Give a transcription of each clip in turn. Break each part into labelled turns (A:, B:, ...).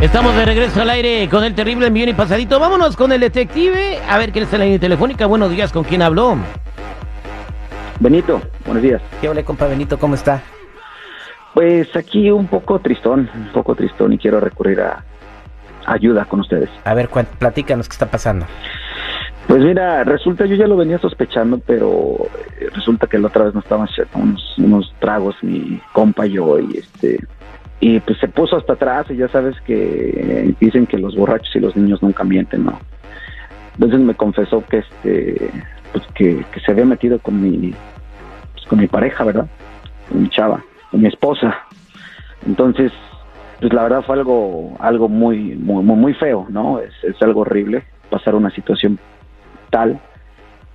A: Estamos de regreso al aire con el terrible millón y pasadito. Vámonos con el detective. A ver quién está en la línea telefónica. Buenos días, ¿con quién habló?
B: Benito, buenos días.
C: ¿Qué hola, compa Benito? ¿Cómo está?
B: Pues aquí un poco tristón, un poco tristón y quiero recurrir a ayuda con ustedes.
C: A ver, cuán- platícanos qué está pasando.
B: Pues mira, resulta, yo ya lo venía sospechando, pero eh, resulta que la otra vez nos estábamos echando unos, unos tragos, mi compa y yo, y este, y pues se puso hasta atrás, y ya sabes que eh, dicen que los borrachos y los niños nunca mienten, ¿no? Entonces me confesó que este, pues que, que se había metido con mi, pues, con mi pareja, ¿verdad? Con mi chava, con mi esposa. Entonces, pues la verdad fue algo, algo muy, muy, muy, muy feo, ¿no? Es, es algo horrible pasar una situación tal.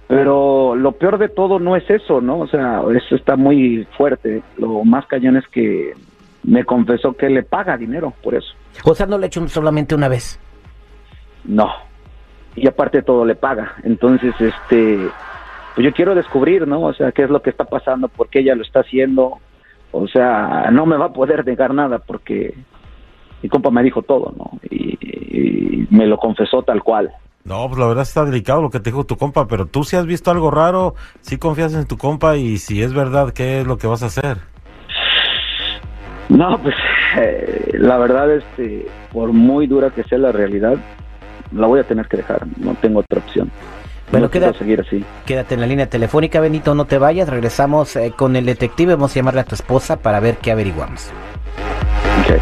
B: Pero lo peor de todo no es eso, ¿no? O sea, eso está muy fuerte. Lo más cañón es que me confesó que le paga dinero por eso.
C: O sea, no lo he hecho solamente una vez.
B: No. Y aparte de todo le paga. Entonces, este, pues yo quiero descubrir, ¿no? O sea, qué es lo que está pasando, por qué ella lo está haciendo. O sea, no me va a poder negar nada porque mi compa me dijo todo, ¿no? Y, y me lo confesó tal cual.
D: No, pues la verdad está delicado lo que te dijo tu compa, pero tú si has visto algo raro, si confías en tu compa y si es verdad, ¿qué es lo que vas a hacer?
B: No, pues eh, la verdad, este, por muy dura que sea la realidad, la voy a tener que dejar. No tengo otra opción.
C: Bueno,
B: no quiero
C: queda-
B: seguir así.
C: Quédate en la línea telefónica, Benito, no te vayas. Regresamos eh, con el detective. Vamos a llamarle a tu esposa para ver qué averiguamos.
B: Ok.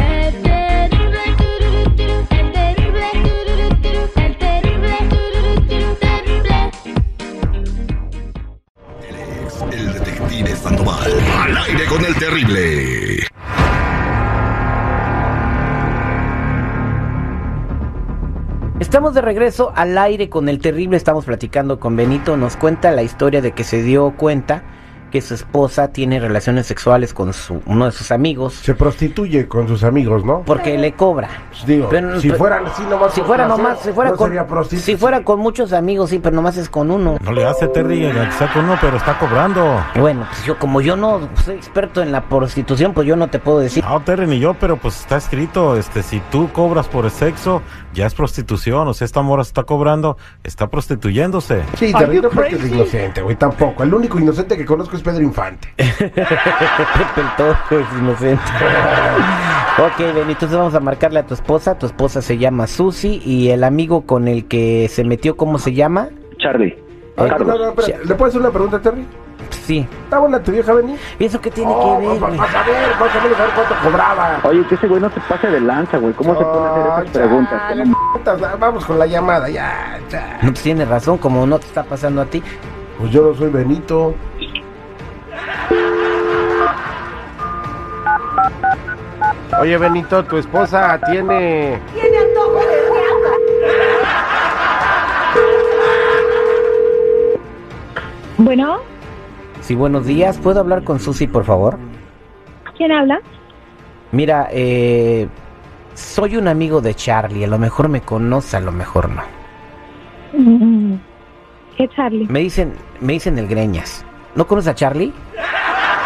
E: El terrible, tururú, el terrible, tururú, el terrible, tururú, terrible.
F: El detective Sandoval. Al aire con el terrible.
C: Estamos de regreso al aire con el terrible, estamos platicando con Benito, nos cuenta la historia de que se dio cuenta que su esposa tiene relaciones sexuales con su, uno de sus amigos
G: Se prostituye con sus amigos, ¿no? Pues
C: porque le cobra.
G: Digo,
C: Pero-
G: si
C: pero-
G: fueran así nomás.
C: Si
G: por
C: fuera
G: placer,
C: nomás, si fuera
G: no
C: con
G: sería prostituta.
C: si fuera con muchos amigos, sí, pero nomás es con uno.
D: No le hace Terry, eh, que saca uno, pero está cobrando.
C: Bueno, pues yo como yo no soy experto en la prostitución, pues yo no te puedo decir.
D: No, Terry ni yo, pero pues está escrito, este, si tú cobras por el sexo, ya es prostitución, o sea, esta mora está cobrando, está prostituyéndose.
G: Sí, también no creo que es inocente, güey, tampoco. El único inocente que conozco es Pedro Infante.
C: Pepe, el todo es inocente. ok, Benito, entonces vamos a marcarle a tu esposa. Tu esposa se llama Susi y el amigo con el que se metió, ¿cómo se llama?
B: Charlie,
C: Eh,
G: No, no,
B: Carlos,
G: espera,
C: sí.
G: ¿Le puedes hacer una pregunta, Terry?
C: Sí.
G: ¿Está buena tu vieja, Benny?
C: ¿Y eso qué tiene
G: Oh,
C: que ver,
G: va- va-
C: güey?
G: Vas a ver, vas a ver, a ver cuánto cobraba.
B: oye, que ese güey no te pase de lanza, güey. ¿Cómo se pueden hacer
G: Ay,
B: esas preguntas?
G: chale,
B: Que no-
G: putas, Vamos con la llamada, ya, ya.
C: No pues, tiene razón, como no te está pasando a ti.
G: Pues yo no soy Benito. Oye, Benito, tu esposa tiene...
H: Bueno,
C: Sí, buenos días. ¿Puedo hablar con Susi, por favor?
H: ¿quién habla?
C: Mira, eh, soy un amigo de Charlie. A lo mejor me conoce, a lo mejor no.
H: Mm, ¿Qué Charlie?
C: Me dicen, me dicen el Greñas. ¿No conoces a Charlie?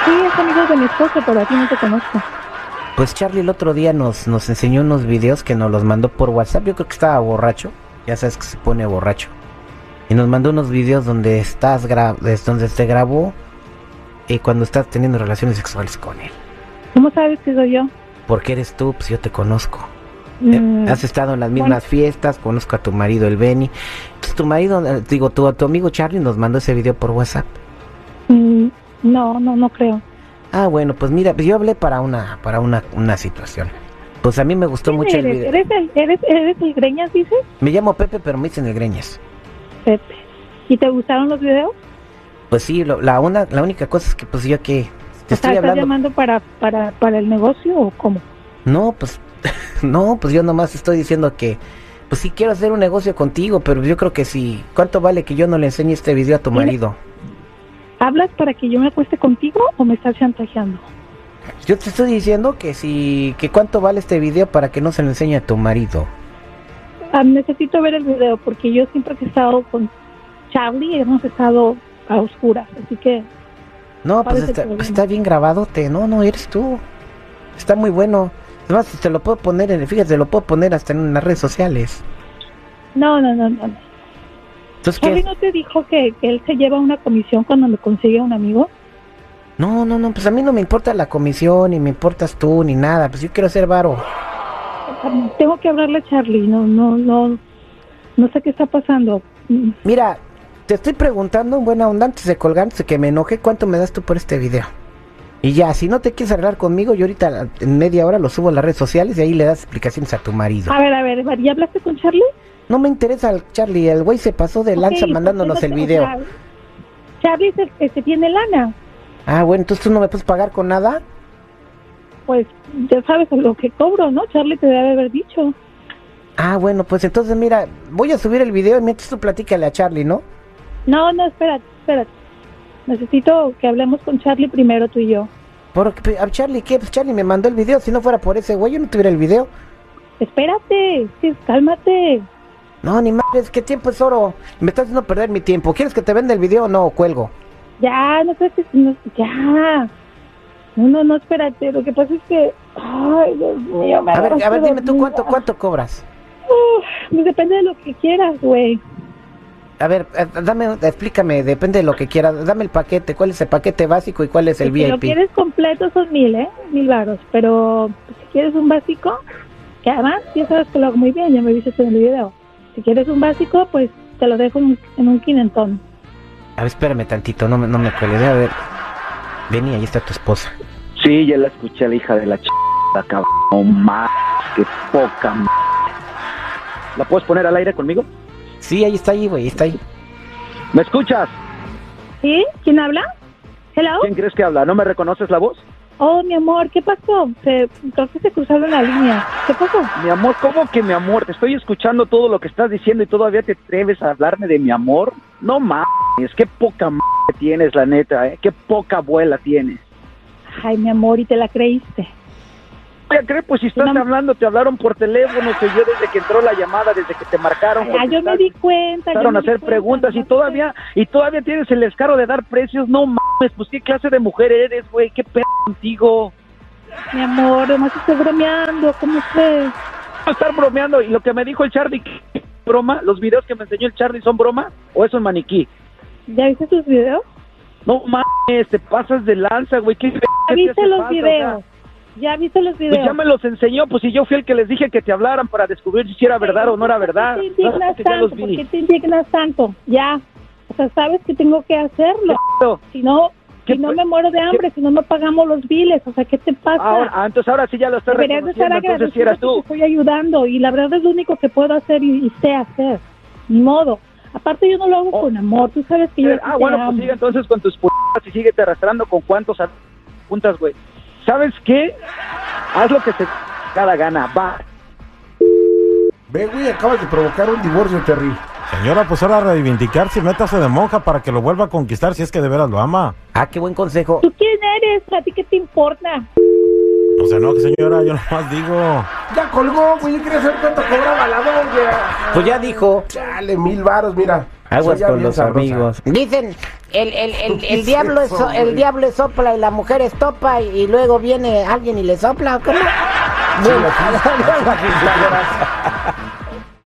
H: Sí, es amigo de mi esposo, pero a ti no te conozco.
C: Pues Charlie el otro día nos, nos enseñó unos videos que nos los mandó por WhatsApp. Yo creo que estaba borracho. Ya sabes que se pone borracho. Y nos mandó unos videos donde estás gra- es donde te grabó eh, cuando estás teniendo relaciones sexuales con él.
H: ¿Cómo sabes que soy yo?
C: Porque eres tú, pues yo te conozco. Eh,
H: Mm,
C: Has estado en las mismas fiestas, conozco a tu marido el Benny. Entonces tu marido, eh, digo, tu, tu amigo Charlie nos mandó ese video por WhatsApp.
H: mm, no, no, no creo.
C: Ah, bueno, pues mira, pues, yo hablé para una, para una, una situación. Pues a mí me gustó
H: ¿Quién
C: mucho el
H: eres?
C: video.
H: ¿Eres el, eres, eres el Greñas, dices?
C: Me llamo Pepe, pero me dicen el Greñas.
H: Pepe. ¿Y te gustaron los videos?
C: Pues sí, lo- la, una, la única cosa es que pues yo que te
H: O sea,
C: estoy
H: ¿Estás
C: hablando.
H: llamando para, para, para el negocio o cómo?
C: No, pues no, pues yo nomás estoy diciendo que pues sí quiero hacer un negocio contigo, pero yo creo que sí. ¿Cuánto vale que yo no le enseñe este video a tu
H: Mira.
C: marido?
H: ¿Hablas para que yo me acueste contigo o me estás chantajeando?
C: Yo te estoy diciendo que sí, que cuánto vale este video para que no se lo enseñe a tu marido.
H: Ah, necesito ver el video porque yo siempre que he estado con Charlie hemos estado a oscuras, así que
C: No,
H: ¿Cuál
C: pues
H: es el
C: está,
H: problema?
C: está bien grabadote, no, no eres tú. Está muy bueno. Además, te lo puedo poner, en, fíjate, te lo puedo poner hasta en las redes sociales.
H: No, no, no, no.
C: Entonces,
H: ¿Charlie
C: ¿qué?
H: no te dijo que, que él se lleva una comisión cuando me consigue un amigo?
C: No, no, no, pues a mí no me importa la comisión, ni me importas tú, ni nada. Pues yo quiero ser varo.
H: Tengo que hablarle a Charlie, no, no, no, no sé qué está pasando. Mm,
C: Mira, te estoy preguntando en buena onda antes de colgar, antes de que me enoje, ¿cuánto me das tú por este video? Y ya, si no te quieres arreglar conmigo, yo ahorita en media hora lo subo a las redes sociales y ahí le das explicaciones a tu marido.
H: A ver, a ver, ¿ya hablaste con Charlie?
C: No me interesa, Charlie, el güey se pasó de lanza
H: Ok, pues ¿y por qué
C: mandándonos
H: no te-
C: el
H: o
C: video.
H: sea, Charlie es el que se tiene lana.
C: Ah, bueno, entonces tú no me puedes pagar con nada.
H: Pues ya sabes lo que cobro, ¿no? Charlie te debe haber dicho.
C: Ah, bueno, pues entonces mira, voy a subir el video y mientras tú platícale a Charlie, ¿no?
H: No, no, espérate, espérate. Necesito que hablemos con Charlie primero tú y yo.
C: Porque, a Charlie, ¿qué? Pues Charlie me mandó el video, si no fuera por ese güey yo no tuviera el video.
H: Espérate, sí, cálmate.
C: No, ni madres, ¿qué tiempo es oro? Me estás haciendo perder mi tiempo. ¿Quieres que te venda el video o no? Cuelgo.
H: Ya, no sé si... no, ya. No, no, no, espérate. Lo que pasa es que... Ay, Dios mío, me
C: A ver, a ver,
H: agarraste
C: dime tú cuánto,
H: dormida.
C: cuánto cobras.
H: Pues depende de lo que quieras, güey.
C: A ver, eh, dame, explícame, depende de lo que quieras. Dame el paquete, cuál es el paquete básico y cuál es el
H: Si lo
C: VIP.
H: quieres completo son mil, ¿eh? Mil varos. Pero pues, si quieres un básico, que además ya sabes que lo hago muy bien, ya me viste en el video. Si quieres un básico, pues te lo dejo en, un- en un quinentón.
C: A ver, espérame tantito, no me, no me cuelgues. A ver, vení, ahí está tu esposa.
B: Sí, ya la escuché a la hija de la ch... cabrón, más que poca m... ¿La puedes poner al aire conmigo?
C: Sí, ahí está ahí, güey, ahí está ahí.
B: ¿Me escuchas?
H: ¿Sí? ¿Quién habla? ¿Hello?
B: ¿Quién crees que habla? ¿No me reconoces la voz?
H: Oh, mi amor, ¿qué pasó? Se, creo que se cruzaron la línea. ¿Qué pasó?
B: Mi amor, ¿cómo que mi amor? Te estoy escuchando todo lo que estás diciendo y todavía te atreves a hablarme de mi amor. No mames, qué poca m... tienes, la neta, ¿eh? Qué poca abuela tienes.
H: Ay, mi amor, y te la creíste.
B: Voy a creer, pues si estás
H: No.
B: hablando, te hablaron por teléfono, te yo desde que entró la llamada, desde que te marcaron.
H: Ah, yo me
B: contestaste.
H: di cuenta. yo
B: empezaron
H: me
B: a
H: di
B: hacer
H: cuenta,
B: preguntas y
H: no sé.
B: todavía y todavía tienes el descaro de dar precios. No mames, pues qué clase de mujer eres, güey. Qué pedo contigo.
H: Mi amor, nomás estoy bromeando, ¿cómo crees?
B: No estar bromeando y lo que me dijo el Charlie, ¿qué broma. Los videos que me enseñó el Charlie son broma o es un maniquí.
H: ¿Ya viste tus videos?
B: No mames, te pasas de lanza, güey. ¿Qué pedo
H: Ya
B: te
H: viste
B: hace
H: los
B: falta? O sea,
H: videos. Ya viste los
B: pues ya
H: videos.
B: me los enseñó, pues si yo fui el que les dije que te hablaran para descubrir si era verdad o no era verdad.
H: ¿Por qué te indignas
B: Claro que ya
H: tanto?
B: los
H: ¿Por qué
B: vi.
H: te indignas tanto? Ya. O sea, sabes que tengo que hacerlo. Si no,
B: ¿Qué
H: si no
B: pe-
H: me muero de hambre, si no me pagamos los biles. O sea, ¿qué te pasa?
B: Ahora, ah, entonces ahora sí ya lo estás
H: Deberías de estar
B: reconociendo, entonces si
H: agradecido
B: eras
H: que te
B: tú.
H: estoy ayudando y la verdad es lo único que puedo hacer y, y sé hacer. Ni modo. Aparte yo no lo hago
B: Oh.
H: con amor, tú sabes que yo sí
B: ah,
H: te
B: bueno,
H: amo.
B: pues sigue entonces con tus putas y síguete arrastrando con cuántos a- puntas, güey. ¿Sabes qué? Haz lo que se cada gana, va.
G: Ve, güey, acabas de provocar un divorcio terrible.
D: Señora, pues ahora reivindicarse y métase de monja para que lo vuelva a conquistar si es que de veras lo ama.
C: Ah, qué buen consejo.
H: ¿Tú quién eres? ¿A ti qué te importa?
D: No se enoje, señora, yo nomás digo.
G: Ya colgó, güey, yo quería saber cuánto cobraba la doña.
C: Pues ya dijo.
G: Chale, mil varos, mira.
C: Aguas
G: Soy ya
C: con
G: bien
C: los
G: sabrosa.
C: amigos.
I: Dicen, el, el, el, el diablo es,
G: eso,
I: so- el
G: güey?
I: diablo es sopla y la mujer es topa y, y luego viene alguien y le sopla. ¿o ¿Cómo?
G: Sí, la fiesta.